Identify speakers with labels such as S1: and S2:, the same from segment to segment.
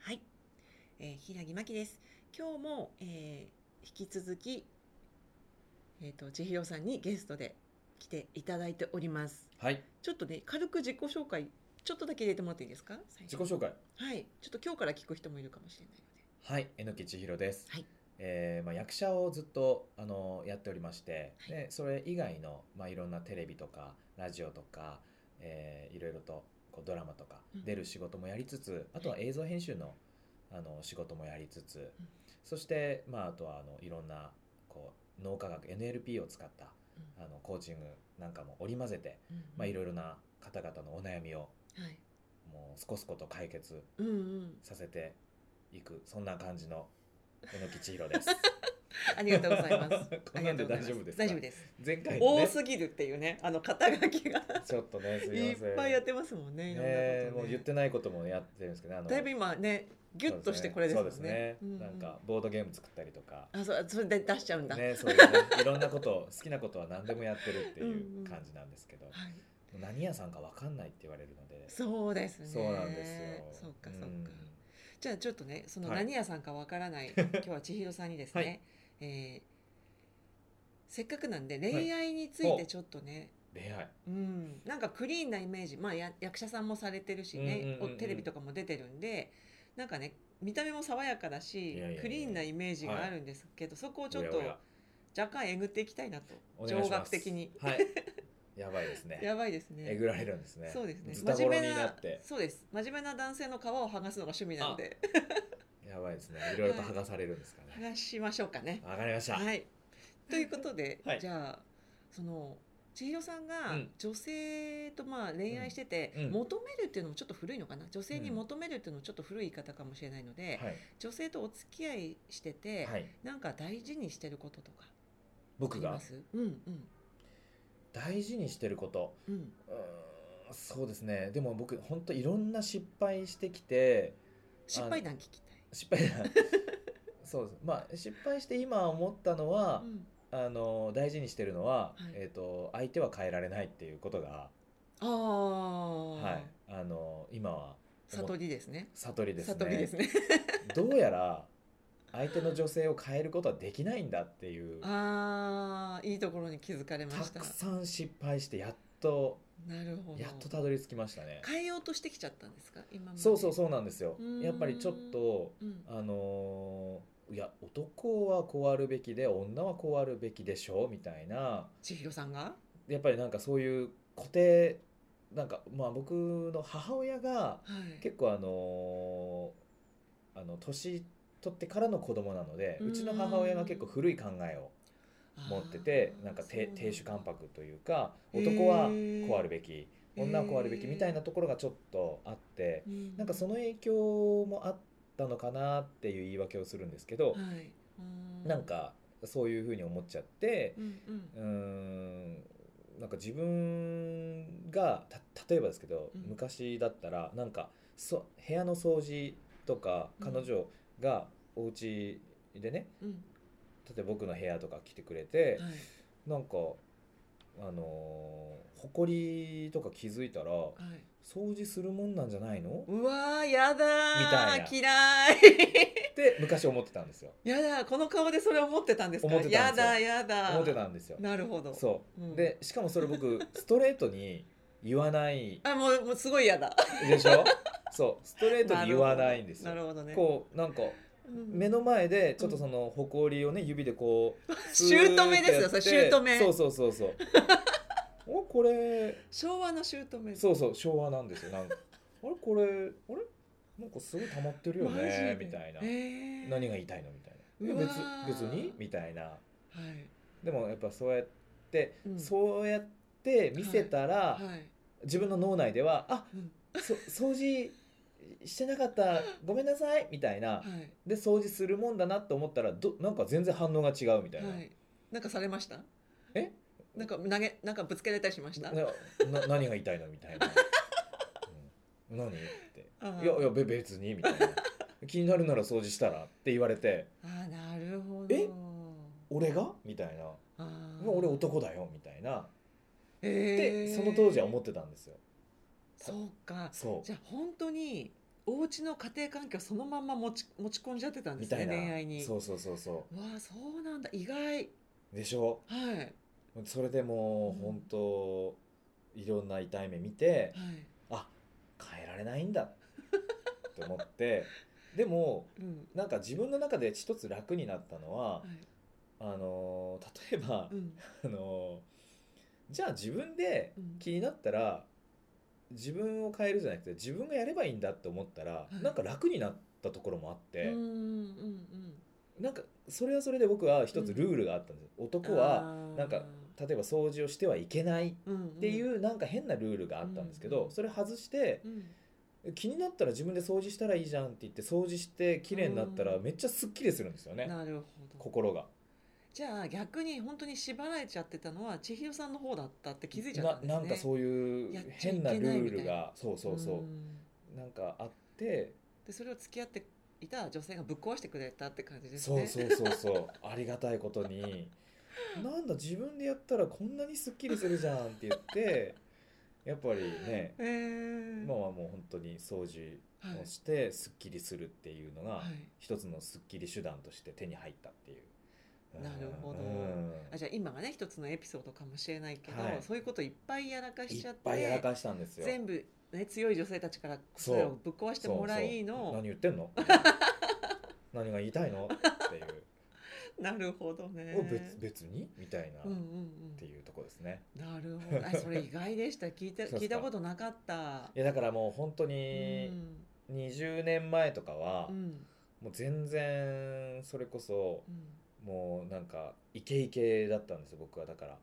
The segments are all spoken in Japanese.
S1: はい、えー、平木真希です。今日も、えー引き続き、えっ、と千尋さんにゲストで来ていただいております。
S2: はい、
S1: ちょっとね軽く自己紹介ちょっとだけ入れてもらっていいですか？最
S2: 自
S1: 初
S2: 己紹介。
S1: はい、ちょっと今日から聞く人もいるかもしれないので。
S2: はい、えのきちひろです。
S1: はい
S2: えーまあ、役者をずっとあのやっておりまして、
S1: はい
S2: でそれ以外の、まあ、いろんなテレビとかラジオとか、えーいろいろとこうドラマとか
S1: うん
S2: 出る仕事もやりつつ、あとは映像編集のあの仕事もやりつつ、
S1: ん
S2: そして、まあ、あとはあのいろんなこう脳科学 NLP を使ったあのコーチングなんかも織り交ぜて、
S1: うんうん
S2: まあ、いろいろな方々のお悩みを
S1: はい。
S2: もうすこすこと解決
S1: うんうん。
S2: させていくそんな感じの榎木千尋です
S1: ありがとうございます。
S2: こんなんで
S1: ありがとうござい
S2: 大丈
S1: ま
S2: 夫ですか
S1: 大丈夫です。
S2: 前回の
S1: 多
S2: ね
S1: すぎるっていうね、あの肩書きが
S2: ちょっとね すいません
S1: いっぱいやってますもんね。いろんなこと
S2: ね
S1: ね
S2: もう言ってないこともやってるんですけどねあの
S1: だいぶ今ねギュッとしてこれです
S2: そ
S1: も
S2: うん
S1: ね。
S2: ですね
S1: うう
S2: なんかボードゲーム作ったりとか
S1: あそうそれで出しちゃうんだ。
S2: ねそういうねいろんなこと好きなことは何でもやってるって
S1: うんう
S2: い
S1: ん
S2: う感じなんですけど
S1: はい。
S2: 何屋さんかわかんないって言われるので
S1: そうですね。
S2: そうなんです
S1: そ
S2: よ
S1: うか
S2: ん
S1: そうか。じゃあちょっとねその
S2: はい
S1: 何屋さんかわからない、 今日は千尋さんにですね、
S2: はい
S1: えーせっかくなんで恋愛についてちょっとね、
S2: 恋愛
S1: うんなんかクリーンなイメージまあや役者さんもされてるしね、
S2: うんうんうんうん
S1: おテレビとかも出てるんでなんかね見た目も爽やかだし
S2: いやいやいや
S1: クリーンなイメージがあるんですけど、そこをちょっと
S2: おや
S1: 若干えぐっていきたいなと
S2: おやお願い
S1: 情
S2: しま
S1: 学
S2: す
S1: 的に、
S2: はいやばいで すね
S1: やばいですね
S2: えぐられるんですね
S1: そうですね。
S2: ズタ
S1: 真
S2: ボロ
S1: 面
S2: に
S1: 目
S2: な
S1: な
S2: って
S1: そうです。真面目な男性の皮を剥がすのが趣味なので、
S2: やばいですね。いろいろと剥がされるんですか
S1: 剥
S2: ね。
S1: がしましょうかね。
S2: わ、かりました。
S1: はい。ということで、
S2: はい
S1: じゃあその千尋さんが
S2: うん
S1: 女性とまあ恋愛してて、
S2: うんうん
S1: 求めるっていうのもちょっと古いのかな。女性に
S2: うん
S1: 求めるっていうのもちょっと古い言い方かもしれないので、
S2: はい。
S1: 女性とお付き合いしてて、
S2: はい。
S1: なんか大事にしてることとかあ
S2: 僕
S1: り
S2: が
S1: ます？うんうん
S2: 大事にしてること。
S1: うん
S2: うーんそうですね。でも僕本当いろんな失敗してきて
S1: 失敗談聞きたい。
S2: 失 敗だ。そうです。まあ失敗して今思ったのは
S1: う、ん、
S2: あの大事にしてるのは、
S1: はい
S2: えっ、と相手は変えられないっていうことが、
S1: ああ、
S2: はい。あの今は
S1: 悟りですね。
S2: 悟りですね。
S1: 悟りですね。
S2: どうやら相手の女性を変えることはできないんだって いう。
S1: ああいいところに気づかれました
S2: たくさん失敗してやっと
S1: なるほど
S2: やっとたどり着きましたね。
S1: 変えようとしてきちゃったんですか今まで
S2: そうそうそうなんですよ
S1: うーん。
S2: やっぱりちょっと
S1: う、ん、
S2: あのーいや男はこうあるべきで女はこうあるべきでしょみたいな
S1: 千尋さんが
S2: やっぱりなんかそういう固定なんかまあ僕の母親が
S1: はい
S2: 結構あのーあの年取ってからの子供なので
S1: うーん
S2: うちの母親が結構古い考えを持っててなんか亭亭主関白というか
S1: へー
S2: 男はこうあるべき
S1: へー
S2: 女はこうあるべきみたいなところがちょっとあってなんかそ
S1: の、
S2: の影響もあったのかなっていう言い訳をするんですけ
S1: は
S2: ど
S1: い、うー
S2: なん、かそういうふうに思っちゃって
S1: うんうん
S2: うーんなんか自分がた例えばですけど
S1: うん
S2: 昔だったらなんかそ部屋の掃除とか
S1: うん
S2: 彼女がお家でね
S1: うん
S2: 例えば僕の部屋とか来てくれて
S1: はい
S2: なんかあのー、埃とか気づいたら
S1: はい、
S2: 掃除するもんなんじゃないの
S1: うわーやだー
S2: みた
S1: 嫌い
S2: って昔思ってたんですよ
S1: やだーこの顔でそれ思ってたんですか
S2: 思ってた
S1: や
S2: んですよ
S1: だーやだー
S2: 思ってたんですよ
S1: なるほど、
S2: そう
S1: ん
S2: うでしかもそれ僕ストレートに言わない
S1: あもうもうすごいやだ
S2: でし ょそうストレートに言わないんです
S1: なる
S2: よ
S1: ほどね
S2: こうなんか
S1: うん
S2: 目の前でちょっとその埃をね指でこう
S1: 姑ですよそれ
S2: スーッとやって
S1: 姑
S2: そうそうそうそう おこれ
S1: 昭和の姑
S2: そうそう昭和なんです よなんかあれこれあれなんかすごい溜まってるよ
S1: マジで
S2: ねみたいな、
S1: えー
S2: 何が言いたいのみたいな
S1: う
S2: い
S1: わ
S2: や
S1: ー
S2: 別別にみたいな
S1: はい
S2: でもやっぱそうやって、
S1: うん
S2: そうやって見せたら、
S1: はい
S2: 自分の脳内ではあ
S1: うん
S2: そ掃除してなかったごめんなさいみたいな
S1: はい
S2: で掃除するもんだなと思ったらどなんか全然反応が違うみたいな、
S1: はい。なんかされました？
S2: え？
S1: なんか投げなんかぶつけられたりしました？
S2: なな何が痛いの みたいな、うん何って
S1: あー
S2: いやいやべ別にみたいな 気になるなら掃除したらって言われて
S1: あーなるほど。
S2: え？俺がみたいな
S1: あー
S2: 俺。男だよみたいな
S1: え
S2: で
S1: ー
S2: その当時は思ってたんですよ
S1: そうか。
S2: そう
S1: じゃあ本当にお家の家庭環境そのまんま持ち持ち込んじゃってたんで
S2: み
S1: す
S2: た
S1: ね
S2: いな
S1: 恋愛に。
S2: そうそうそうそう
S1: わあそうなんだ意外。
S2: うでしょ
S1: はいはい
S2: それでも
S1: う
S2: う
S1: ん
S2: 本当いろんな痛い目見てあ変えられないんだって思ってでも
S1: うん
S2: なんか自分の中で一つ楽になったのは
S1: は、い
S2: あの例えば
S1: う、ん
S2: あのじゃあ自分で
S1: うん
S2: 気になったら自分を変えるじゃなくて自分がやればいいんだって思ったら、
S1: い
S2: なんか楽になったところもあ
S1: う
S2: っ
S1: んう
S2: て、
S1: んうん。
S2: なんかそれはそれで僕は一つルールがあったんですよ、男はなんか例えば掃除をしてはいけないっ
S1: って
S2: いうなんか変なルールがあったんですけど、
S1: うん
S2: それ外して気になったら自分で掃除したらいいじゃんって言って掃除して綺麗になったら
S1: うん
S2: めっちゃすっきりするんですよね、
S1: なるほど
S2: 心が。
S1: じゃあ逆に本当に縛られちゃってたのは千尋さんの方だったって気づいちゃったんですね
S2: ななんかそういう
S1: やっちゃい
S2: 変
S1: け
S2: な
S1: ない
S2: ル
S1: みたいな
S2: ールがそうそうそう、
S1: ん
S2: なんかあって
S1: でそれを付き合っていた女性がぶっ壊してくれたって感じです
S2: そう
S1: ね
S2: そうそうそう ありがたいことになんだ自分でやったらこんなにすっきりするじゃんって言ってやっぱりね
S1: えー
S2: 今はもう本当に掃除
S1: はい
S2: をしてすっきりするっていうのが
S1: はい
S2: 一つのすっきり手段として手に入ったっていう。うん
S1: なるほど
S2: うん
S1: あじゃあ今がね一つのエピソードかもしれないけど、
S2: はい
S1: そういうこといっぱいやらかし
S2: い
S1: ちゃ
S2: っ
S1: って
S2: ぱいやらかしたんですよ。
S1: 全部、ね、強い女性たちから
S2: そ
S1: そうれをぶっ壊してもらい
S2: そうそう
S1: の
S2: 何言ってんの 何が言いたいのっていう。
S1: なるほどね
S2: を別別にみたいな、
S1: うんうん
S2: っ
S1: うん
S2: ていうとこですね
S1: なるほど。あそれ意外でした。聞いた
S2: そうっすか
S1: 聞いたことなかった。
S2: いやだからもう本当
S1: う
S2: に
S1: ん
S2: 20年前とかは
S1: う、ん
S2: もう全然それこそ
S1: うん
S2: もうなんかイケイケだったんですよ僕はだからあ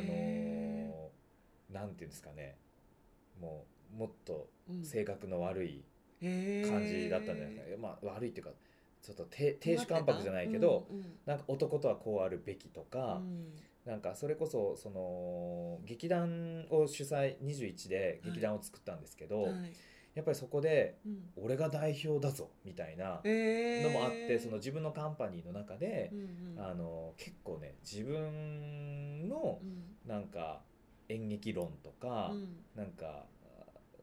S2: の
S1: へ
S2: ーなんていうんですかねもうもっと
S1: ーうん
S2: 性格の悪い感
S1: 感
S2: じだったんじゃないですか、まあ悪いっていうかちょっと亭亭主関白じゃないけど、
S1: うんうん
S2: なんか男とはこうあるべきと
S1: う
S2: か、
S1: ん
S2: なんかそれこそその劇団を主催21で劇団を作ったんですけど、
S1: はい
S2: やっぱりそこで
S1: うん
S2: 俺が代表だぞみたいな
S1: へー
S2: のもあって、その自分のカンパニーの中で
S1: う、んうん
S2: あの結構ね自分の
S1: うん
S2: なんか演劇論とか、
S1: うん
S2: なんか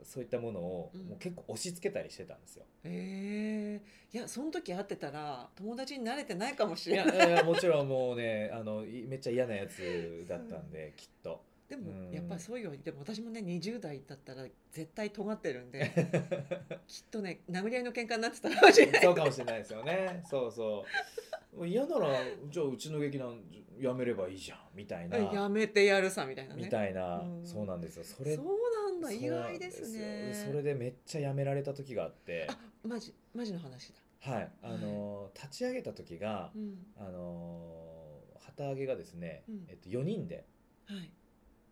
S2: そういったものを
S1: うん
S2: もう結構押し付けたりしてたんですよ。
S1: へーいやその時会ってたら友達になれてないかもし
S2: い
S1: れ
S2: や
S1: ない。
S2: いやいやもちろんもうねあのいめっちゃ嫌なやつだったんできっと。
S1: で
S2: うん
S1: もやっぱりそういうでも私もね20代だったら絶対尖ってるんで きっとね殴り合いの喧嘩になってたかもしれない。
S2: そうかもしれないですよね。そうそう。もう嫌なら、じゃあうちの劇団やめればいいじゃん、みたいな。
S1: やめてやるさみたいなね。
S2: みたいな、
S1: うん
S2: そうなんですよ。それ、
S1: そうなんだ
S2: そう
S1: 意外です
S2: なんです
S1: ね
S2: よそれでめっちゃやめられた時があって
S1: あ、マジマジの話だ
S2: はい。あのー、立ち上げた時が
S1: う、ん
S2: あのー、旗揚げがですね
S1: うん、
S2: えっと、4人で
S1: はい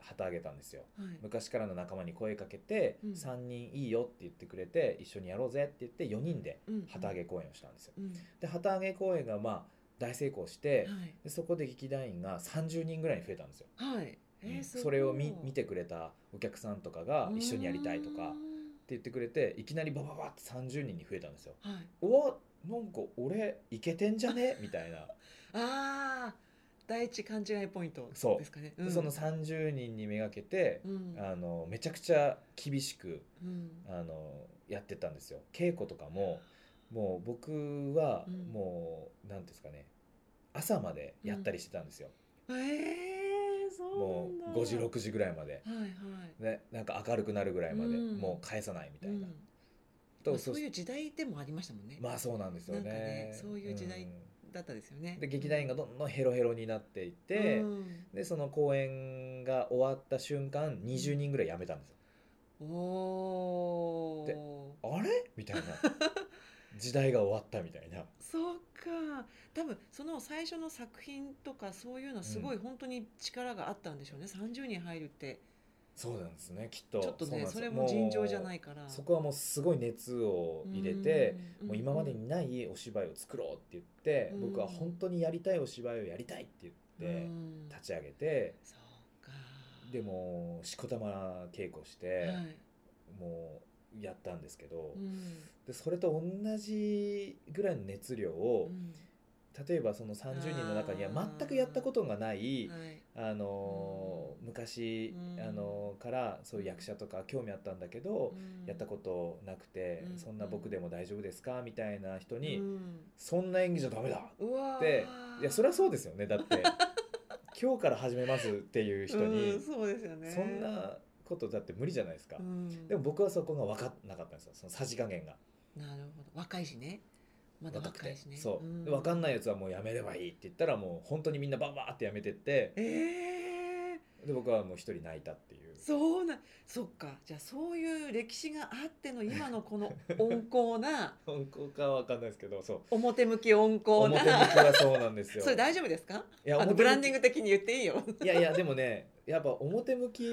S2: 旗揚げたんですよ。
S1: はい
S2: 昔からの仲間に声かけて、
S1: うん
S2: 3人いいよって言ってくれて、一緒にやろうぜって言って、4人で
S1: うん
S2: 旗揚げ公演をしたんですよ。
S1: うん
S2: で、旗揚げ公演が、まあ、大成功して、
S1: はい
S2: でそこで劇団員が30人ぐらいに増えたんですよ、
S1: はいえー
S2: うん
S1: すごい
S2: それを見見てくれたお客さんとかが一緒にやりたいとかっ
S1: う
S2: て
S1: ん
S2: 言ってくれていきなりバババって30人に増えたんですよ
S1: はいう
S2: わなんか俺イケてんじ ゃねみたいな、
S1: ああ第一勘違いポイント
S2: そう
S1: ですかね
S2: でその30人にめがけて
S1: う、ん
S2: あのめちゃくちゃ厳しく
S1: うん
S2: あのやってたんですよ稽古とかももう僕は
S1: うん
S2: もう何、なん、ですかね朝までやったりしてたんですよ、
S1: えーそ
S2: も
S1: うなん
S2: う
S1: だ
S2: 5時6時ぐらいまで。
S1: はいはい
S2: ね、なんか明るくなるぐらいまで、
S1: うん
S2: もう返さないみたいな、
S1: うん
S2: と
S1: まあ
S2: そ
S1: そうういう時代でもありましたもんね
S2: まあそうなんですよね
S1: なんかねそういう時代だったですよ
S2: う
S1: ね
S2: んで劇団員がどんどんヘロヘロになっていって、
S1: うん
S2: でその公演が終わった瞬間20人ぐらい辞めたんですよ、
S1: お
S2: で
S1: お
S2: あれみたいな 時代が終わったみたいな
S1: そうか多分その最初の作品とかそういうのすごい本当に力があったんでしょうね、30人入るって
S2: そうなんですねきっと
S1: ちょっと
S2: うなん
S1: ね
S2: です
S1: それも尋常じゃないいから
S2: そこはもうすごい熱を入れて、もう今までに
S1: っ
S2: ないお芝居を作ろうって言って、
S1: うん
S2: 僕は本当にやりたいお芝居をやりたいって言って立ち上げて、
S1: そうか
S2: でもしこたま稽古して、
S1: はい
S2: もうやったんですけど、
S1: うん
S2: でそれと同じぐらいの熱量を、例えばその30人の中には
S1: あー
S2: 全くやったことがない、
S1: うんはい
S2: あのー昔、
S1: うん
S2: あのーからそういう役者とか興味あったんだけど、やったことなくて、
S1: うん
S2: そんな僕でも大丈夫ですかみたいな人に、
S1: うん
S2: そんな演技じゃダメだ
S1: うわー
S2: っていやそりゃそうですよねだって 今日から始めますっていう人に、
S1: うんそうですよね
S2: そんなことだって無理じゃないですか、
S1: うん
S2: でも僕はそこが分かんなかったんですよそのさじ加減が
S1: なるほど若いしねまだ
S2: 若く
S1: 若
S2: て、
S1: いしね
S2: そう、で分かん
S1: い
S2: ないやつはもうやめればいいって言ったらもう本当にみんなバンバーってやめてって
S1: ええ
S2: で僕はもう一人泣いたっていう
S1: そうなそっかじゃあそういう歴史があっての今のこの温厚 な
S2: 本校かは分かんないですけどそう
S1: 表向き温厚
S2: 表向き
S1: な
S2: はそうなんですよ
S1: それ大丈夫ですか
S2: いや
S1: あの
S2: 表向き
S1: ブランディング的に言っていいよ
S2: いやいやでもねやっぱ表向きっ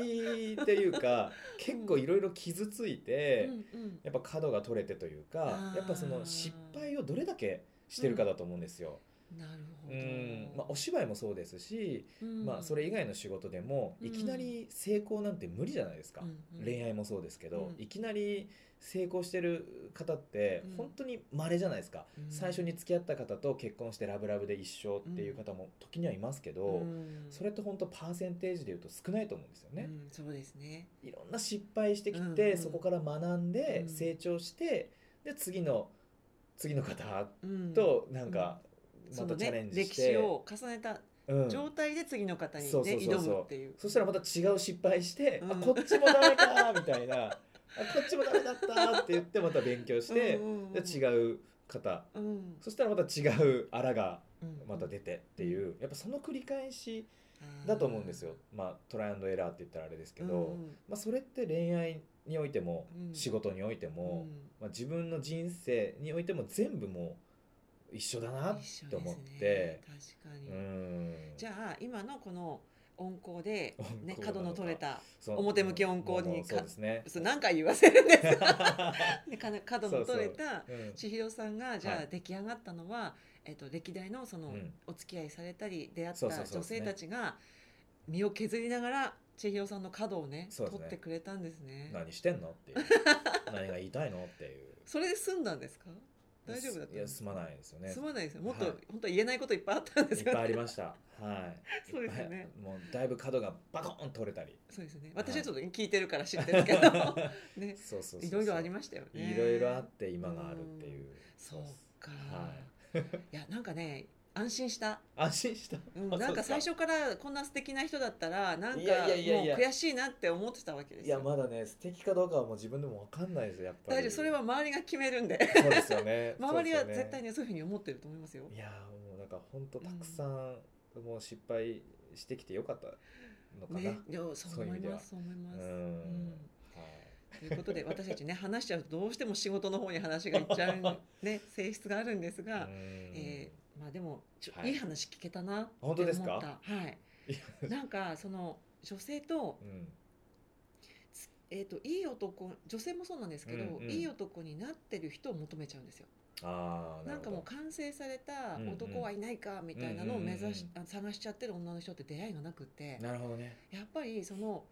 S2: ていうか結構いろいろ傷ついて、
S1: うんうん
S2: やっぱ角が取れてというか
S1: あー
S2: やっぱその失敗をどれだけしてるかだと思うんですよ。
S1: なる
S2: う
S1: ほ
S2: ん
S1: ど
S2: まあ、お芝居もそうですし、
S1: うん
S2: まあ、それ以外の仕事でも
S1: うん
S2: いきなり成功なんて無理じゃないですか、
S1: うんうん
S2: 恋愛もそうですけど、
S1: うん
S2: いきなり成功してる方って
S1: うん
S2: 本当に稀じゃないですか、
S1: うん
S2: 最初に付き合った方と結婚してラブラブで一生っていう方も時にはいますけど、
S1: うん
S2: それって本当パーセンテージでいうと少ないと思うんですよね。
S1: うんそうですね
S2: いろんな失敗してき
S1: うん
S2: て、
S1: うん
S2: そこから学んで、
S1: うん
S2: 成長してで次の次の方
S1: うん
S2: となんか、
S1: そ
S2: ま
S1: の
S2: たチャレ
S1: ね
S2: ンジ
S1: 歴
S2: し
S1: 史
S2: て、
S1: を重ねた
S2: うん
S1: 状態で次の方にね
S2: そうそうそうそう
S1: 挑むっていう
S2: そしたらまた違う失敗して、
S1: うん
S2: あこっちもダメかみたいなあこっちもダメだったって言ってまた勉強して、で
S1: う
S2: 違う方
S1: んうんうん
S2: そしたらまた違うあらが
S1: うん
S2: また出てっていう、やっぱその繰り返し
S1: あー
S2: だと思うんですよ、まあ、トライアンドエラーって言ったらあれですけど、
S1: うんうん
S2: まあ、それって恋愛においても、
S1: うん
S2: 仕事においても、
S1: うん
S2: まあ、自分の人生においても全部もう一緒だなって思っ
S1: 一緒
S2: て
S1: で、すね、確かに、
S2: うん
S1: じゃあ今のこの温厚で、ね、
S2: 温厚なのか
S1: 角の取れた
S2: その
S1: 表向き温厚に
S2: もうもうそうですね
S1: そう何回言わせるんです でかな角
S2: そ
S1: の
S2: うそう
S1: 取れた
S2: うん
S1: 千尋さんがじゃ
S2: は
S1: あ
S2: い
S1: 出来上がったのは、えっと歴代のその、
S2: うん
S1: お付き合いされたり出会っ
S2: そうそう
S1: た
S2: そうで
S1: 女
S2: すね
S1: 性たちが身を削りながら千尋さんの角をね
S2: そうですね
S1: 取ってくれたんですね。
S2: 何してんのっていう何が言いたいのっていう
S1: それで済んだんですか 大丈夫だった
S2: いやすまないですよね
S1: すまないですよもっと、
S2: はい
S1: 本当は言えないこといっぱいあったんで
S2: い
S1: す
S2: っ
S1: よ
S2: ぱい
S1: ね
S2: ありましたはい
S1: そうですよね
S2: いっぱいもうだいぶ角がバコーン取れた り
S1: そうですね。私はちょっと聞いてるから知ってるけど、ね、
S2: そうそうそうそう
S1: いろいろありましたよね。
S2: いろいろあって今があるっていう
S1: そう
S2: です
S1: か。、
S2: はい
S1: やなんかね安心した、
S2: 安心した、
S1: うん。
S2: あ
S1: なんか最
S2: そう
S1: 初からこんな素敵な人だったらなんか
S2: い
S1: もう
S2: やいやいやいや
S1: 悔しいなって思ってたわけで
S2: ですすかいや
S1: よ。
S2: まだね素敵かどうかはもう自分でも分かんないですよやっぱり
S1: 大丈夫それは周りが決めるんで。
S2: そうですよね
S1: 周りは
S2: そうですよ
S1: 絶対ねそういうふうに思ってると思いますよ。
S2: いやーもうなんか本当たくさん、もう失敗してきてよかったのかな、
S1: ね、いやそう
S2: そ
S1: 思
S2: ういう意
S1: い
S2: 味では
S1: ますそう思います。
S2: うん
S1: うん
S2: は
S1: ということで私たちね話しちゃうとどうしても仕事の方に話がいっちゃ う、ね、性質があるんですが
S2: い、うん
S1: えーまあでもちょ、
S2: はい
S1: い、い話聞けたなって思
S2: 本
S1: った
S2: 当ですか
S1: はい
S2: いや
S1: なんかその女性と,、
S2: うん
S1: えー、といい男女性もそうなんですけど、
S2: うんうん
S1: いい男になってる人を求めちゃうんですよ
S2: ああ
S1: なんかもう完成された男はいないかみたいなのを目指し、あ探しちゃってる女の人って出会いがなくて
S2: なるほどね
S1: やっぱりその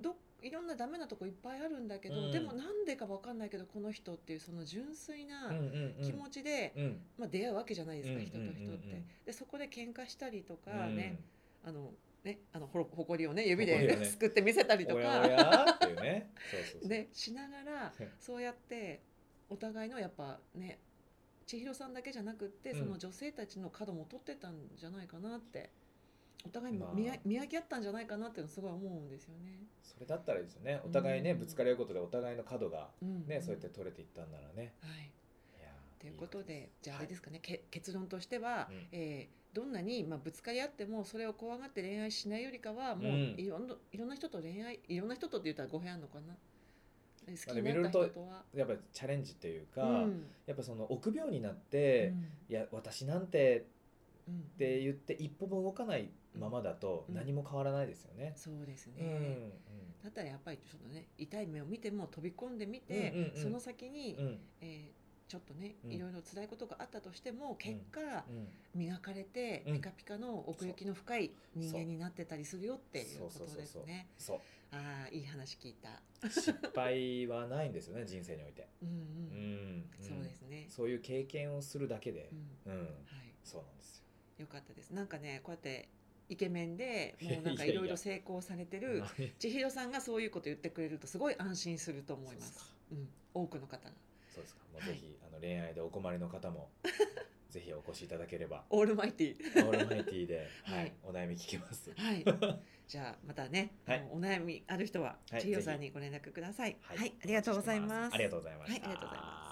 S1: どいろんなダメなとこいっぱいあるんだけど、
S2: うん
S1: でもなんでかわかんないけどこの人っていうその純粋
S2: うん
S1: な
S2: うん
S1: 気持ちで、
S2: うん
S1: まあ、出会うわけじゃないですか、
S2: うん
S1: 人と人って、
S2: うんうんうん
S1: でそこで喧嘩したりとか
S2: うん
S1: ね、あのねあのほろほこりをね指
S2: ほこりを
S1: で
S2: ね
S1: すくって見せたりと
S2: お
S1: か
S2: やおやっていうねそうそうそう
S1: ねしな がらそうやってお互いのやっぱね千尋さんだけじゃなくって
S2: うん
S1: その女性たちの角も取ってたんじゃないかなって、お互い
S2: まあ
S1: 見,、見上げ合ったんじゃないかなっていうのすごい思うんですよね。
S2: それだったらいいですよねお互いね
S1: うん
S2: ぶつかり合うことでお互いの角が
S1: うん
S2: ねそうやって取れていったんならね
S1: はい
S2: いやー
S1: ということで
S2: いい
S1: じゃああれですすかね、け結論としては、
S2: うん
S1: えーどんなに、まあ、ぶつかり合ってもそれを怖がって恋愛しないよりかはもう、
S2: うん
S1: いろんないろんな人と恋愛いろんな人とって言ったら語弊あるのかなえ好き
S2: で
S1: に
S2: も
S1: な
S2: いろ
S1: っ
S2: い
S1: た
S2: ろと
S1: 人とは。
S2: はいやっぱりチャレンジというか、
S1: うん
S2: やっぱその臆病になって、いや私なんて
S1: うん
S2: って言って一歩も動かないままだと
S1: うん
S2: 何も変わらないですよね。
S1: そうですね、
S2: うんうん
S1: だったらやっぱりそのね痛い目を見ても飛び込んでみて、
S2: うんうんうん
S1: その先に、
S2: うん
S1: えーちょっとね、
S2: うん
S1: いろいろ辛いことがあったとしても結果、
S2: うん
S1: 磨かれて、
S2: うん
S1: ピカピカの奥行きの深い人間になってたりするよっていう
S2: そ
S1: こ
S2: うそう
S1: と
S2: そう
S1: です
S2: そう
S1: ね。
S2: そう
S1: ああいい話聞いた。
S2: 失敗はないんですよね人生において
S1: うんう。
S2: うんん
S1: そうですね。
S2: そういう経験をするだけで
S1: うん。
S2: うん
S1: はい。
S2: そうなんですよ
S1: 良かったです。なんかねこうやってイケメンで
S2: いやいや
S1: もうなんかいろいろ成功されてる
S2: 何
S1: 千尋さんがそういうこと言ってくれるとすごい安心すると思いま
S2: そうです
S1: す
S2: か。
S1: うん。多くの方が
S2: そうですかもうぜひあの恋愛でお困りの方 もぜひお越しいただければ
S1: オールマイテ ィー。
S2: オールマイティで、
S1: はい
S2: はい、お悩み聞きます
S1: はい。じゃあまたね、
S2: はい
S1: あのお悩みある人は
S2: はい
S1: 千尋さんにご連絡ください。はい、ありがとうございます。
S2: ありがとうございま
S1: は
S2: した
S1: いありがとうございます